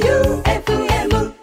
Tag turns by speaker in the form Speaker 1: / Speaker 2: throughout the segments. Speaker 1: J-O-E-U-F-M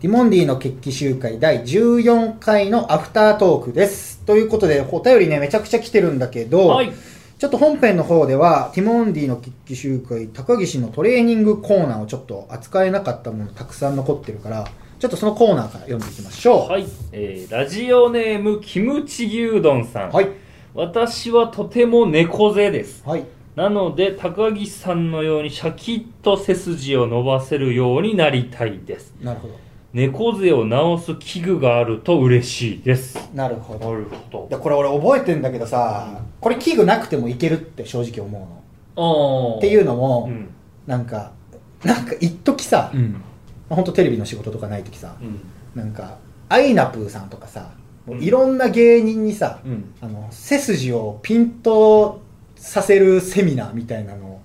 Speaker 2: ティモンディの決起集会第14回のアフタートークです。ということで、お便りね、めちゃくちゃ来てるんだけど、
Speaker 3: はい
Speaker 2: ちょっと本編の方では、ティモンディの決起集会、高岸のトレーニングコーナーをちょっと扱えなかったものたくさん残ってるから、ちょっとそのコーナーから読んでいきましょう。
Speaker 3: はい、えーラジオネームキムチ牛丼さん、
Speaker 2: はい。
Speaker 3: 私はとても猫背です
Speaker 2: はい。
Speaker 3: なので高岸さんのようにシャキッと背筋を伸ばせるようになりたいです
Speaker 2: なるほど。
Speaker 3: 猫背を治す器具があると嬉しいです
Speaker 2: なるほ
Speaker 3: な
Speaker 2: ど。
Speaker 3: るほ
Speaker 2: でこれ俺覚えてんだけどさ、これ器具なくてもいけるって正直思うの。
Speaker 3: どあ
Speaker 2: っていううのも、
Speaker 3: ん
Speaker 2: なんか、なんか一時さ
Speaker 3: う、ん
Speaker 2: ほんとテレビの仕事とかない時さ、
Speaker 3: うん
Speaker 2: なんかアイナプーさんとかさもういろんな芸人にさ、
Speaker 3: うん
Speaker 2: あの背筋をピンとさせるセミナーみたいなのを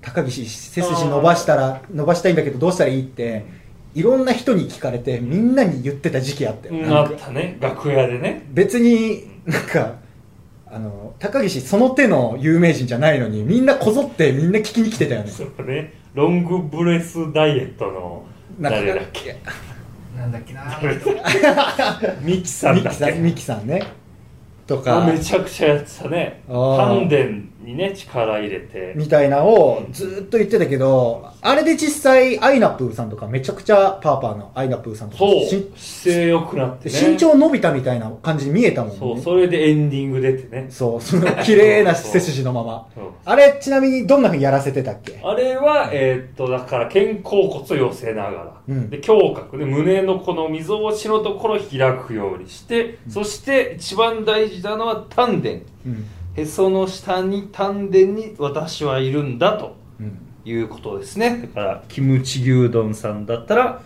Speaker 2: 高岸背筋伸ばしたら伸ばしたいんだけどどうしたらいいっていろんな人に聞かれてみんなに言ってた時期あったよ、
Speaker 3: うん
Speaker 2: なん
Speaker 3: あ
Speaker 2: か
Speaker 3: ったね楽屋でね
Speaker 2: 別になんかあの高岸その手の有名人じゃないのにみんなこぞってみんな聞きに来てたよね
Speaker 3: それねロングブレスダイエットの
Speaker 2: なんか
Speaker 3: 誰だっけ
Speaker 4: なんだっけな
Speaker 3: ミキさん
Speaker 2: ミ
Speaker 3: だ
Speaker 2: キ
Speaker 3: っ
Speaker 2: さ
Speaker 3: け
Speaker 2: んミキさんねとか
Speaker 3: めちゃくちゃやってたね
Speaker 2: あー
Speaker 3: 丹田にね力入れて
Speaker 2: みたいなをずーっと言ってたけど、あれで実際、アイナプーさんとかめちゃくちゃパーパーのアイナプーさんとか、
Speaker 3: そう
Speaker 2: し
Speaker 3: 姿勢良くなってね
Speaker 2: 身長伸びたみたいな感じに見えたもんね。
Speaker 3: そうそれでエンディング出てね
Speaker 2: そう、その綺麗な背筋のまま。
Speaker 3: そう
Speaker 2: あれ、ちなみにどんな風にやらせてたっけ
Speaker 3: あれは、えーっと、だから、肩甲骨を寄せながら、
Speaker 2: うん
Speaker 3: で、胸郭で胸のこの溝落ちのところを開くようにして、そして、一番大事なのは丹田。
Speaker 2: うん。
Speaker 3: へその下に丹田に私はいるんだと
Speaker 2: うん。
Speaker 3: いうことですね。だから、キムチ牛丼さんだったら、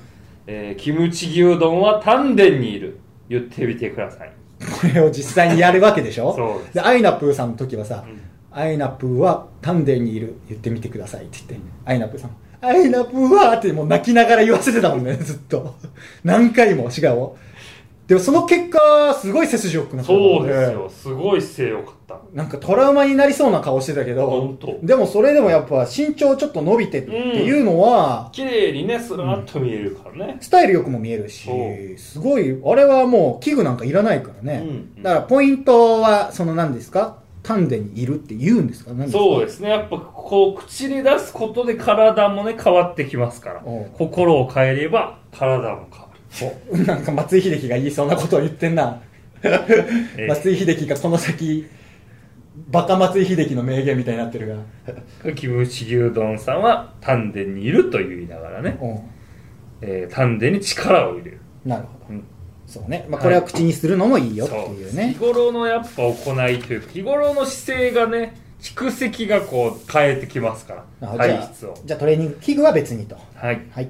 Speaker 3: えーキムチ牛丼は丹田にいる。言ってみてください。
Speaker 2: これを実際にやるわけでしょ
Speaker 3: そうです
Speaker 2: で、アイナプーさんの時はさ、
Speaker 3: うん
Speaker 2: アイナプーは丹田にいる、言ってみてくださいって言って、アイナプーさん、アイナプーはってもう泣きながら言わせてたもんね、 ずっと。何回も、違うを。でもその結果、すごい背筋良くなったもんね
Speaker 3: そうですよ。。すごい姿勢良かった。
Speaker 2: なんかトラウマになりそうな顔してたけど
Speaker 3: 本当、
Speaker 2: でもそれでもやっぱ身長ちょっと伸びてっていうのは、
Speaker 3: 綺麗にね、スラッと見えるからね。
Speaker 2: スタイルよくも見えるし
Speaker 3: そう、
Speaker 2: すごい、あれはもう器具なんかいらないからね。
Speaker 3: うん
Speaker 2: だからポイントは、その何ですか丹田にいるって言うんですか何ですか
Speaker 3: そうですね。やっぱこう、口に出すことで体もね、変わってきますから
Speaker 2: うん。
Speaker 3: 心を変えれば、体も変わる。
Speaker 2: お なんか松井秀喜が言いそうなことを言ってんな、
Speaker 3: え
Speaker 2: 松井秀喜がこの先バカ松井秀喜の名言みたいにな ってるが、
Speaker 3: キムチ牛丼さんは丹田にいると言いながらね、
Speaker 2: う
Speaker 3: えー丹田に力を入れる。
Speaker 2: ん、なるほど、
Speaker 3: うん
Speaker 2: そうね、まあ、
Speaker 3: はい
Speaker 2: これは口にするのもいいよって
Speaker 3: そう
Speaker 2: いうね
Speaker 3: 日頃のやっぱ行いというか、日頃の姿勢がね、蓄積がこう変えてきますから、
Speaker 2: あじ
Speaker 3: 体
Speaker 2: ゃ
Speaker 3: 質を
Speaker 2: あ。じゃあトレーニング器具は別にと
Speaker 3: はい。
Speaker 2: はい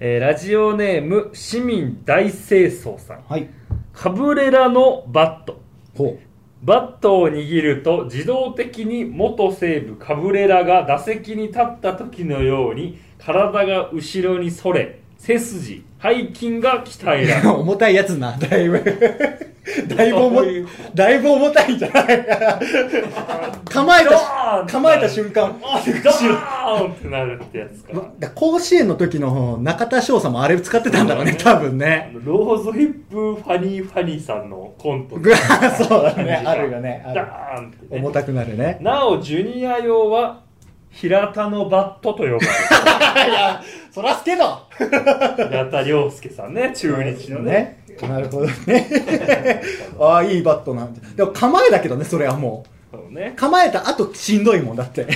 Speaker 3: えーラジオネーム、市民大清掃さん。
Speaker 2: はい
Speaker 3: カブレラのバット。
Speaker 2: ほ
Speaker 3: バットを握ると自動的に元西武カブレラが打席に立った時のように体が後ろにそれ背筋背筋が鍛えられ
Speaker 2: う重たいやつなだいぶだいぶ重
Speaker 3: そう
Speaker 2: い
Speaker 3: いう
Speaker 2: だいぶ重たいんじゃない 構え
Speaker 3: ドーン
Speaker 2: た構えた瞬間 あ
Speaker 3: るドーンってなるってやつか
Speaker 2: まだ甲子園の時の中田翔さんもあれ使ってたんだろうね、多分
Speaker 3: あ
Speaker 2: ね。
Speaker 3: のローズヒップファニーファニーさんのコント
Speaker 2: ぐわそうだね、 あるよね。ある
Speaker 3: ダーンって、
Speaker 2: 重
Speaker 3: ね、
Speaker 2: たくなるね。
Speaker 3: なおジュニア用は平田のバットと呼ばれる
Speaker 2: いや、そらすけど
Speaker 3: 平田良介さ んね中日のね
Speaker 2: ね。なるほどね。 ああ、いいバットなんだ。でも構えだけどね、それはも
Speaker 3: そうね
Speaker 2: う。構えた後しんどいもんだって。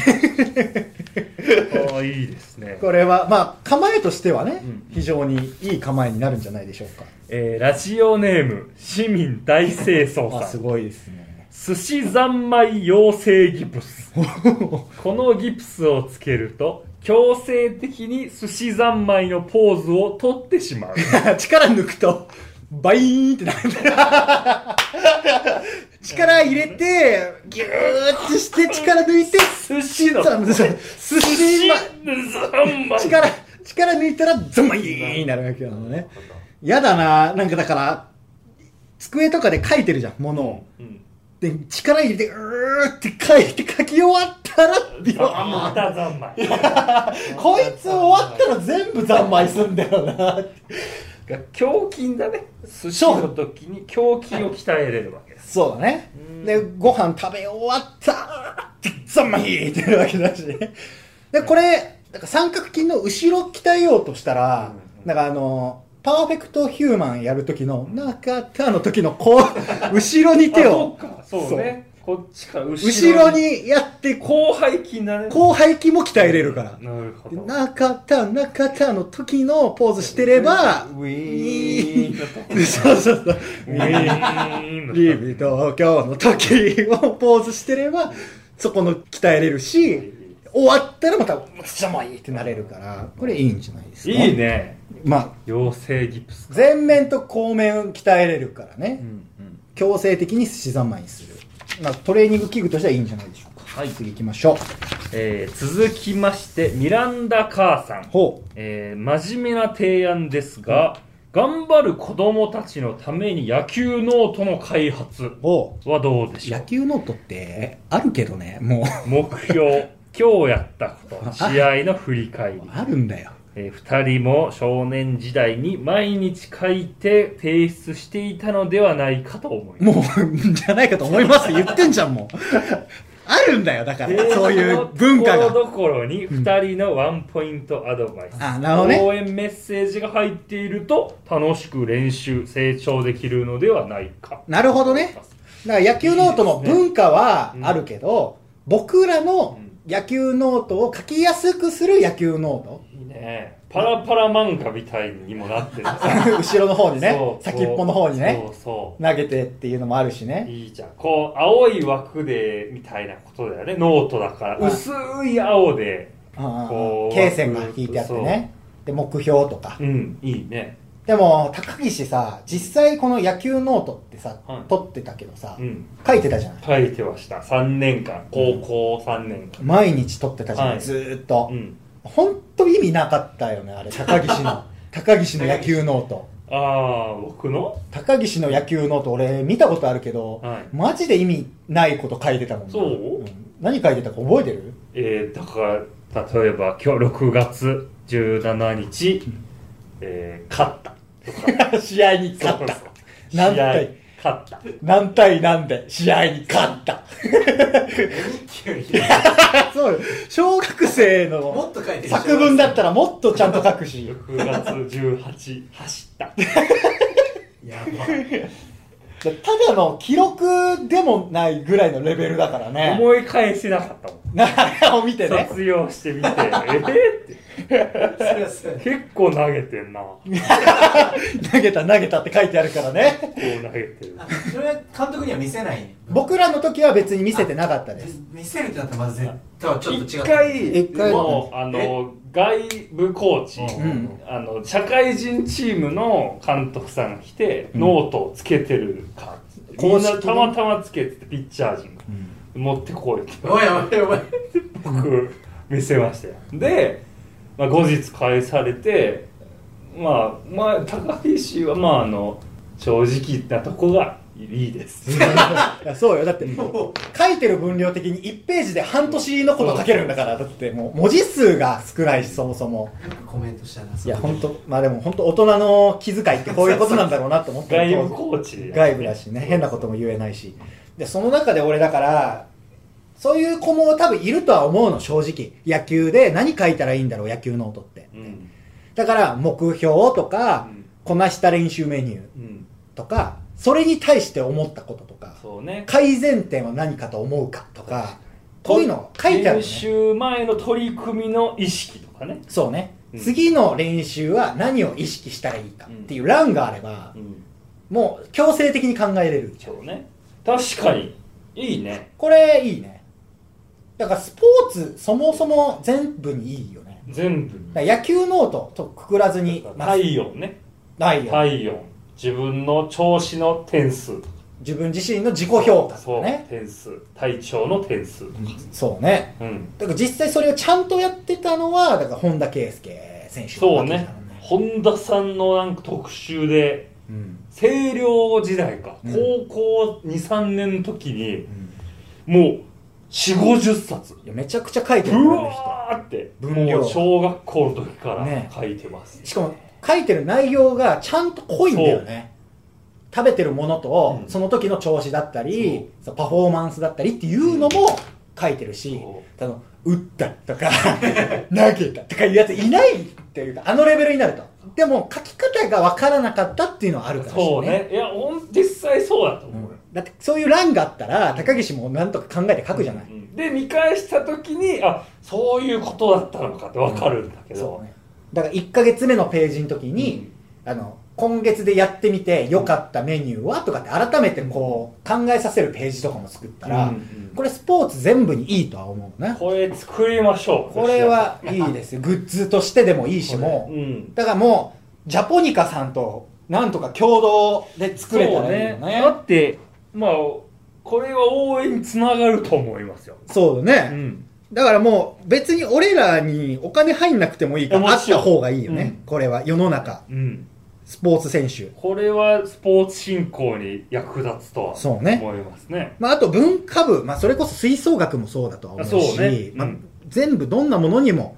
Speaker 3: ああいいですね
Speaker 2: これは、まあ、構えとしてはね
Speaker 3: うん、
Speaker 2: 非常にいい構えになるんじゃないでしょうか。
Speaker 3: えーラジオネーム市民大清掃
Speaker 2: あ、
Speaker 3: さ
Speaker 2: す
Speaker 3: ん
Speaker 2: ごいですね。
Speaker 3: 寿司三昧養成ギプスこのギプスをつけると強制的に寿司三昧のポーズを取って しまう
Speaker 2: 力抜くと、バイーンってなるんだよ。力入れて、ギューってして、力抜いて、
Speaker 3: 寿司の
Speaker 2: そうそう寿
Speaker 3: 寿
Speaker 2: 司
Speaker 3: 司
Speaker 2: ま、
Speaker 3: 三昧
Speaker 2: 力、力抜いたら、ズマイーンになるわけなのね。やだななんかだから、机とかで書いてるじゃん、物を。
Speaker 3: うん
Speaker 2: で力入れてうーって書いて書き終わったらビヨーン
Speaker 3: また三昧
Speaker 2: こいつ終わったら全部三昧すんだよなって
Speaker 3: が胸筋だね寿司の時に胸筋を鍛えれるわけです
Speaker 2: そうだね
Speaker 3: うん
Speaker 2: でご飯食べ終わったって三昧ってるわけだしねでこれなんか三角筋の後ろ鍛えようとしたら、
Speaker 3: うん
Speaker 2: なんかあのパーフェクトヒューマンやる時の「なかった」の時のこう後ろに手を
Speaker 3: あそうかそうねこっちから後ろ
Speaker 2: 後ろにやってこ
Speaker 3: 後背筋だね
Speaker 2: う後背筋も鍛えれるから、
Speaker 3: なるほど
Speaker 2: なかった、なかったの時のポーズしてれば、
Speaker 3: ウィーンの時
Speaker 2: そうそうそう。
Speaker 3: ウィーンの時
Speaker 2: リビ東京の時をポーズしてれば、そこの鍛えれるし、終わったらまた、ちょもいいってなれるから、これいいんじゃないですか。
Speaker 3: いい。ね
Speaker 2: まあ、
Speaker 3: 妖精ギプスか
Speaker 2: 前面と後面を鍛えれるからね、
Speaker 3: うんうん
Speaker 2: 強制的にしざまにする。まあ、トレーニング器具としてはいいんじゃないでしょうか。はい、次行きましょう。
Speaker 3: えー続きましてミランダ母さん
Speaker 2: ほう。
Speaker 3: えー真面目な提案ですが、頑張る子供たちのために野球ノートの開発
Speaker 2: ほう。
Speaker 3: はどうでしょ
Speaker 2: 野
Speaker 3: う
Speaker 2: 球ノートって、あるけどね、もう。
Speaker 3: 目 標、今日やったこと、試合の振り返り。
Speaker 2: あるんだよ。
Speaker 3: えー二人も少年時代に毎日書いて提出していたのではないかと思います。
Speaker 2: もう、じゃないかと思います。言ってんじゃん、もう。あるんだよ、だから、そういう文化
Speaker 3: と
Speaker 2: が。
Speaker 3: ころどころに二人のワンポイントアドバイス、
Speaker 2: あなるほどね
Speaker 3: 応援メッセージが入っていると楽しく練習成長できるのではないか
Speaker 2: なるほどね。だから野球ノートの文化はあるけど、僕らの野球ノートを書きやすくする野球ノ
Speaker 3: いいねパラパラ漫画みたいにも なってる
Speaker 2: ー ト。後ろの方にね
Speaker 3: そ、う
Speaker 2: 先っぽの方にね
Speaker 3: そ、うそ
Speaker 2: 投げてっていうのもあるし
Speaker 3: う
Speaker 2: ね。
Speaker 3: いいじゃんこう青い枠でみたいなことだよねノートだから
Speaker 2: うん
Speaker 3: 薄い青で
Speaker 2: うん
Speaker 3: こう
Speaker 2: 罫線が引いてあってね。で、目標とか。
Speaker 3: うんいいね
Speaker 2: でも、高岸さ、実際この野球ノートってさ
Speaker 3: はい、
Speaker 2: 撮ってたけどさ
Speaker 3: う、ん
Speaker 2: 書いてたじゃない
Speaker 3: 書いてました3年間高校3年間
Speaker 2: 毎日撮ってたじゃん、
Speaker 3: はい
Speaker 2: ずーっと、
Speaker 3: うん
Speaker 2: ほんと意味なかったよねあれ高岸 の高岸の野球ノート
Speaker 3: ああ僕の
Speaker 2: 高岸の野球ノート俺見たことあるけど、
Speaker 3: はい
Speaker 2: マジで意味ないこと書いてたもんね
Speaker 3: そうん
Speaker 2: 何書いてたか覚えてる
Speaker 3: えー、だから例えば今日6月17日、えー、勝った
Speaker 2: 試合に勝った何
Speaker 3: 試合
Speaker 2: 対
Speaker 3: 勝った
Speaker 2: 何対何で試合に勝った そうよ小学生
Speaker 4: もっ
Speaker 2: の
Speaker 4: と書いて
Speaker 2: 作文だったらもっとちゃんと書くし
Speaker 3: 6月18走った
Speaker 4: やば
Speaker 2: ただの記録でもないぐらいのレベルだからね
Speaker 3: 思い返せなかったもん
Speaker 2: なあれを見てね
Speaker 3: 卒業してみてえーって
Speaker 4: そりゃそうや
Speaker 3: 結構投げてんなこう
Speaker 2: 投げた投げたって書いてあるからね
Speaker 3: 投げてる
Speaker 4: あそれは監督には見せない
Speaker 2: 僕らの時は別に見せてなかったです
Speaker 4: 見せるってなったらまず絶対はちょっと違
Speaker 3: 一
Speaker 4: う
Speaker 3: 回
Speaker 2: 一回
Speaker 3: もうあの外部コーチ、
Speaker 2: ん
Speaker 3: あの社会人チームの監督さんが来て、
Speaker 2: うん
Speaker 3: ノートをつけてるかってみ
Speaker 2: 公
Speaker 3: ん
Speaker 2: 式
Speaker 3: な
Speaker 2: ね
Speaker 3: たまたまつけててピッチャー陣が、持ってこいって
Speaker 4: おいおいおい
Speaker 3: 僕見せましたよで、まあ、後日返されてまあ、まあ、高岸はまああの正直なとこがい いです
Speaker 2: いやそうよだって書いてる分量的に1ページで半年のこと書けるんだからだってもう文字数が少ないしそもそも
Speaker 4: なんかコメントしたない
Speaker 2: や本当まあでも本当大人の気遣いってこういうことなんだろうなと思って
Speaker 3: 外部コーチでやって
Speaker 2: 外部だしね変なことも言えないしでその中で俺だからそういう子も多分いるとは思うの正直野球で何書いたらいいんだろう野球ノートって
Speaker 3: うん
Speaker 2: だから目標とか、
Speaker 3: うん
Speaker 2: こなした練習メニュー
Speaker 3: うん
Speaker 2: とかそれに対して思ったこととか
Speaker 3: そうね
Speaker 2: 改善点は何かと思うかとかこういうの書いてあるの
Speaker 3: 練
Speaker 2: ね
Speaker 3: 習前の取り組みの意識とかね、
Speaker 2: そうね、
Speaker 3: うん
Speaker 2: 次の練習は何を意識したらいいかっていう欄があれば、
Speaker 3: うん、
Speaker 2: もう強制的に考えれる
Speaker 3: そうね確かにいいね
Speaker 2: これいいねだからスポーツそもそも全部にいいよね
Speaker 3: 全部
Speaker 2: だから野球ノートとくくらずに
Speaker 3: に
Speaker 2: まあ
Speaker 3: 体温ね
Speaker 2: ないよ
Speaker 3: 体温自分の調子の点数と
Speaker 2: 自分自身の自己評価
Speaker 3: か
Speaker 2: と
Speaker 3: そ
Speaker 2: か
Speaker 3: う、
Speaker 2: ね
Speaker 3: 点数体調の点数とか
Speaker 2: そうね
Speaker 3: うん
Speaker 2: だから実際それをちゃんとやってたのはだから本田圭佑選手
Speaker 3: そう
Speaker 2: だった
Speaker 3: ね
Speaker 2: から。
Speaker 3: 本田さんのなんか特集で、
Speaker 2: うん
Speaker 3: 星稜時代か、
Speaker 2: うん
Speaker 3: 高校23年の時に
Speaker 2: うん
Speaker 3: もう4 5 0冊
Speaker 2: いやめちゃくちゃ書いてる
Speaker 3: う
Speaker 2: よあの人
Speaker 3: わーって
Speaker 2: 分量
Speaker 3: もう小学校の時から
Speaker 2: ね
Speaker 3: 書いてます、
Speaker 2: しかも書いてる内容がちゃんと濃いんだよね食べてるものと、
Speaker 3: うん
Speaker 2: その時の調子だったりそうパフォーマンスだったりっていうのも書いてるし、
Speaker 3: そ
Speaker 2: あの打ったとか 投げたとかいうやついないっていうかあのレベルになるとでも書き方が分からなかったっていうのはあるからしい
Speaker 3: そうねいやほん実際そうだと
Speaker 2: う
Speaker 3: 思う、よ
Speaker 2: んだってそういう欄があったら高岸もなんとか考えて書くじゃない、
Speaker 3: うんで見返した時にあそういうことだったのかって分かるんだけど、
Speaker 2: そうねだから1ヶ月目のページの時に、あの今月でやってみて良かったメニューはとかって改めてこう考えさせるページとかも作ったら、
Speaker 3: うんうん
Speaker 2: これスポーツ全部にいいとは思うね
Speaker 3: これ作りましょう
Speaker 2: これはいいですよ グッズとしてでもいいしも
Speaker 3: う
Speaker 2: うんだからもうジャポニカさんとなんとか共同で作れたらいいよ
Speaker 3: そう
Speaker 2: ね
Speaker 3: だってまあこれは応援につながると思いますよ、
Speaker 2: そうだね、
Speaker 3: うん、
Speaker 2: だからもう別に俺らにお金入んなくてもいいから
Speaker 3: いや
Speaker 2: あ
Speaker 3: も
Speaker 2: っ
Speaker 3: ちろ
Speaker 2: た
Speaker 3: ん
Speaker 2: 方がいいよね、
Speaker 3: う
Speaker 2: これは世の中
Speaker 3: うん、
Speaker 2: スポーツ選手、
Speaker 3: これはスポーツ振興に役立つとは
Speaker 2: そうね
Speaker 3: 思いますね
Speaker 2: まあ、あと文化部、まあ、それこそ吹奏楽もそうだとは思う
Speaker 3: あそう
Speaker 2: し
Speaker 3: ねうん
Speaker 2: まあ、全部どんなものにも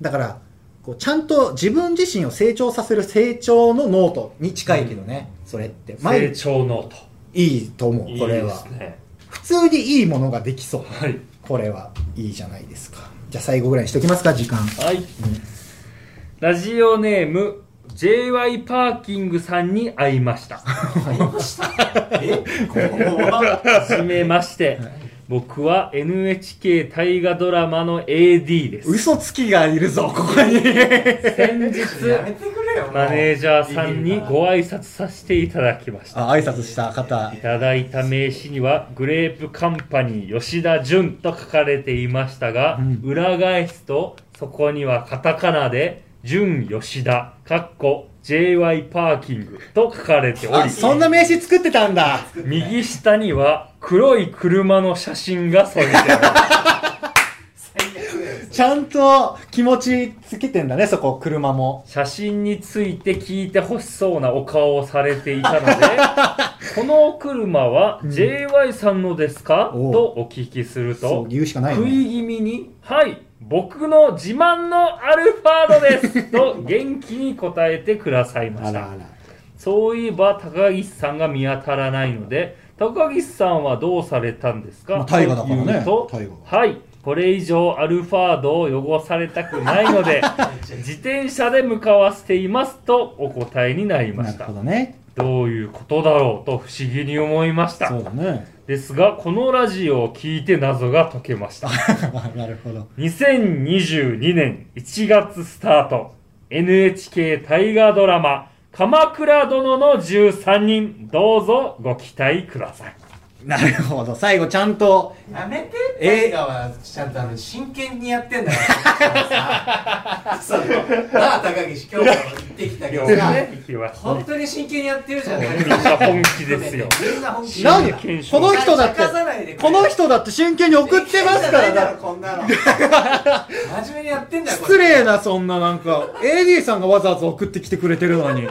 Speaker 2: だからこうちゃんと自分自身を成長させる成長のノートに近いけどね、それって
Speaker 3: 成
Speaker 2: 毎
Speaker 3: 長ノート
Speaker 2: いいと思うこれはい
Speaker 3: いですね
Speaker 2: 普通にいいものができそう
Speaker 3: はい
Speaker 2: これはいいじゃないですかじゃあ最後ぐらいにしときますか時間
Speaker 3: はい、ラジオネーム JY パーキングさんに会いました
Speaker 4: え怖っ
Speaker 3: はじめまして僕は NHK 大河ドラマの AD です
Speaker 2: 嘘つきがいるぞここに
Speaker 3: 先日
Speaker 4: やめてくれよもう
Speaker 3: マネージャーさんにご挨拶させていただきまし た
Speaker 2: あ挨拶した方
Speaker 3: いただいた名刺にはグレープカンパニー吉田純と書かれていましたが、
Speaker 2: うん
Speaker 3: 裏返すとそこにはカタカナで純吉田かっこ JY パーキングと書かれてお
Speaker 2: あ
Speaker 3: り
Speaker 2: そんな名刺作ってたんだ
Speaker 3: 右下には黒い車の写真が添えてある
Speaker 4: 最悪だよ
Speaker 2: ちゃんと気持ちつけてんだねそこ車も
Speaker 3: 写真について聞いてほしそうなお顔をされていた のでこのお車は JY さんのですか、
Speaker 2: おう
Speaker 3: とお聞きする
Speaker 2: そ
Speaker 3: と
Speaker 2: う言うしかないよ
Speaker 3: 食
Speaker 2: ね
Speaker 3: い気味に「はい僕の自慢のアルファードです」 と元気に答えてくださいま
Speaker 2: あ
Speaker 3: し
Speaker 2: らあ
Speaker 3: た
Speaker 2: ら
Speaker 3: そういえば高岸さんが見当たらないので高岸さんはどうされたんですか、
Speaker 2: まあ大河だからね
Speaker 3: と言うと
Speaker 2: 大河
Speaker 3: はいこれ以上アルファードを汚されたくないの で自転車で向かわせていますとお答えになりま
Speaker 2: な
Speaker 3: し
Speaker 2: る
Speaker 3: た
Speaker 2: ほどね
Speaker 3: どういうことだろうと不思議に思いました
Speaker 2: そうだね
Speaker 3: ですがこのラジオを聞いて謎が解けました
Speaker 2: なるほど
Speaker 3: 2022年1月スタート NHK 大河ドラマ「鎌倉殿の13人」どうぞご期待ください
Speaker 2: なるほど最後ちゃんと
Speaker 4: やめて
Speaker 2: え
Speaker 4: 映画はちゃんとあの真剣にやってんだからさそうなあ高岸今日も行ってきたけど
Speaker 2: いや
Speaker 4: さ
Speaker 2: ね
Speaker 3: 行きまし
Speaker 4: 本当に真剣にやってるじゃん
Speaker 3: みんな本気ですよ
Speaker 4: みんな本気
Speaker 2: 何
Speaker 3: 真剣
Speaker 2: この人だっ
Speaker 4: 返さないで
Speaker 2: て
Speaker 4: くれ
Speaker 2: この人だって真剣に送ってますから
Speaker 4: だろ
Speaker 2: な
Speaker 4: こんなの真面目にやってんだよこ
Speaker 2: 失
Speaker 4: れ
Speaker 2: 礼なそんななんか AD さんがわざわざ送ってきてくれてるのに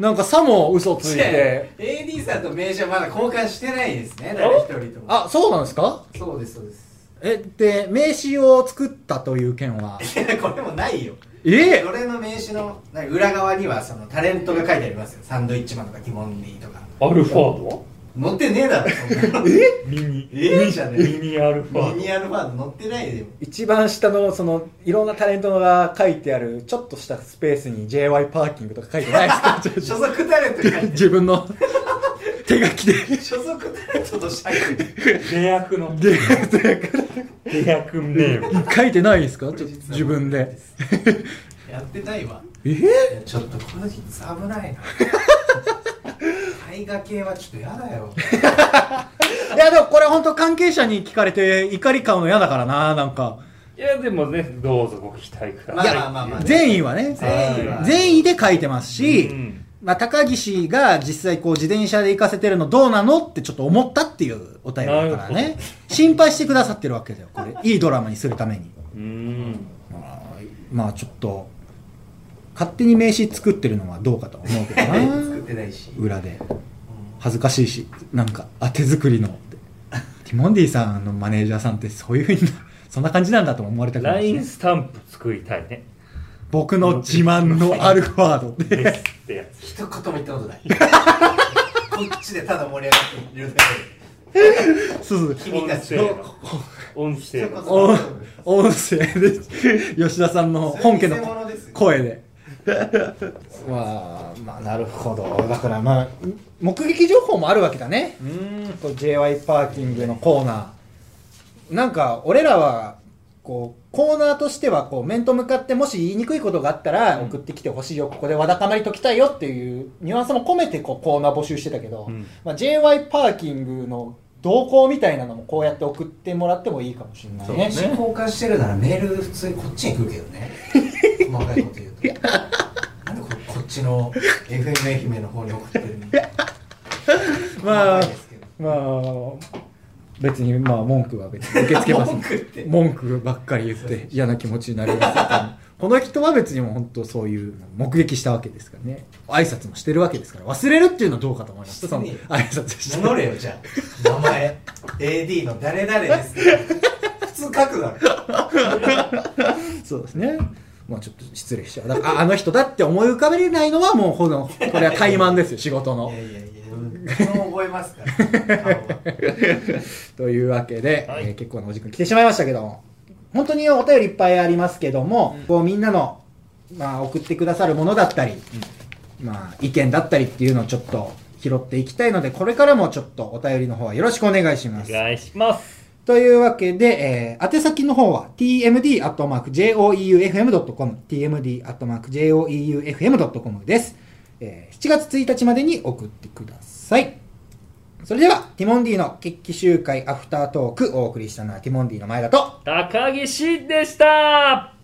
Speaker 2: なんかさも嘘ついて
Speaker 4: AD さんと名刺はまだ交換してないですね誰一人とも
Speaker 2: あそうなんですか
Speaker 4: そうですそうです
Speaker 2: えで名刺を作ったという件はい
Speaker 4: やこれもないよ
Speaker 2: え
Speaker 4: 俺の名刺のなんか裏側にはそのタレントが書いてありますよサンドイッチマンとかティモンディとか
Speaker 3: アルファードは
Speaker 4: 載ってねえだろそんなの
Speaker 3: ミニ
Speaker 4: ええじゃねえ
Speaker 3: ミニアルファ
Speaker 4: ミ
Speaker 3: ー
Speaker 4: ニアルファード載ってないでよ
Speaker 2: 一番下のそのいろんなタレントが書いてあるちょっとしたスペースに j y パーキングとか書いてないで
Speaker 4: 所属タレントに書いて
Speaker 2: 自分の手書きで
Speaker 4: る所属タレントとして書いてる
Speaker 3: ド出役の
Speaker 2: で
Speaker 3: 出役ネーム
Speaker 2: 書いてないですかちょ
Speaker 4: これ実は
Speaker 2: 自分で
Speaker 4: やってないわ
Speaker 2: え
Speaker 4: いやちょっとこの人危 ないな絵画系はちょっとやだよ
Speaker 2: いやでもこれ本当関係者に聞かれて怒り買うの嫌だからななんか
Speaker 3: いやでもねどうぞご期待くだ
Speaker 4: ま
Speaker 3: さい、
Speaker 4: あまあまあまあね
Speaker 2: 善意はね
Speaker 4: 善意は
Speaker 2: 善意で書いてますし、
Speaker 3: うん
Speaker 2: まあ、高岸が実際こう自転車で行かせてるのどうなのってちょっと思ったっていうお便りだから
Speaker 3: なる
Speaker 2: ね心配してくださってるわけだよこれいいドラマにするために
Speaker 3: うん
Speaker 2: まあちょっと勝手に名刺作ってるのはどうかとは思うけど
Speaker 4: 作っ
Speaker 2: な
Speaker 4: てないし、
Speaker 2: 裏で恥ずかしいしなんかあ手作りのってティモンディさんのマネージャーさんってそういうふうにそんな感じなんだと思われたくな
Speaker 3: ラ
Speaker 2: い
Speaker 3: イ
Speaker 2: しね
Speaker 3: ンスタンプ作りたい ね。
Speaker 2: 僕の自慢のアルファードって
Speaker 3: ですってやつ。
Speaker 4: 一言も言ったことないこっちでただ盛り上がっている だ
Speaker 2: そうそう
Speaker 4: け君たち
Speaker 3: 音
Speaker 4: の
Speaker 3: 声音声が。
Speaker 2: お音声で吉田さんの本家の
Speaker 4: 偽物ですよ
Speaker 2: 声でまあまあなるほどだからまあ目撃情報もあるわけだね
Speaker 3: うん。
Speaker 2: こう JY パーキングのコーナーなんか俺らはこうコーナーとしてはこう面と向かってもし言いにくいことがあったら
Speaker 3: うん
Speaker 2: 送ってきてほしいよ、ここでわだかまりときたいよっていうニュアンスも込めてこうコーナー募集してたけど、
Speaker 3: うん
Speaker 2: まあ、JY パーキングの動向みたいなのもこうやって送ってもらってもいいかもしれないね
Speaker 4: 信交換してるならメール普通にこっちに来るけどね細かいこと言 うとなんでここっちの FM 愛媛の方に送ってるの
Speaker 2: まあ
Speaker 4: 細かいですけど
Speaker 2: まあ別にまあ文句は別に受け付けません
Speaker 4: 文句って
Speaker 2: 文句ばっかり言って嫌な気持ちになりますこの人は別にもう本当そういう目撃したわけですからね挨拶もしてるわけですから忘れるっていうのはどうかと思います
Speaker 4: して
Speaker 2: その
Speaker 4: ねえ
Speaker 2: 挨
Speaker 4: よ
Speaker 2: 拶して
Speaker 4: 名乗れよじゃあ名前 AD の誰々です普通書くだろ
Speaker 2: そうですねまあちょっと失礼しちゃうだからああの人だって思い浮かべれないのはもうこのこれは怠慢ですよ仕事の
Speaker 4: いやいやいやそう覚えますから顔は
Speaker 2: というわけで、
Speaker 3: はい
Speaker 2: えー結構なお時間来てしまいましたけども本当にお便りいっぱいありますけども、こうみんなの、まあ、送ってくださるものだったり、まあ、意見だったりっていうのをちょっと拾っていきたいのでこれからもちょっとお便りの方はよろしくお願いしま
Speaker 3: お
Speaker 2: す。
Speaker 3: 願いします。
Speaker 2: というわけで、えー、宛先の方は tmd.joeufm.com tmd.joeufm.com です、えー。7月1日までに送ってください。それでは、ティモンディの決起集会アフタートークお送りしたのはティモンディの前田と
Speaker 3: 高岸でした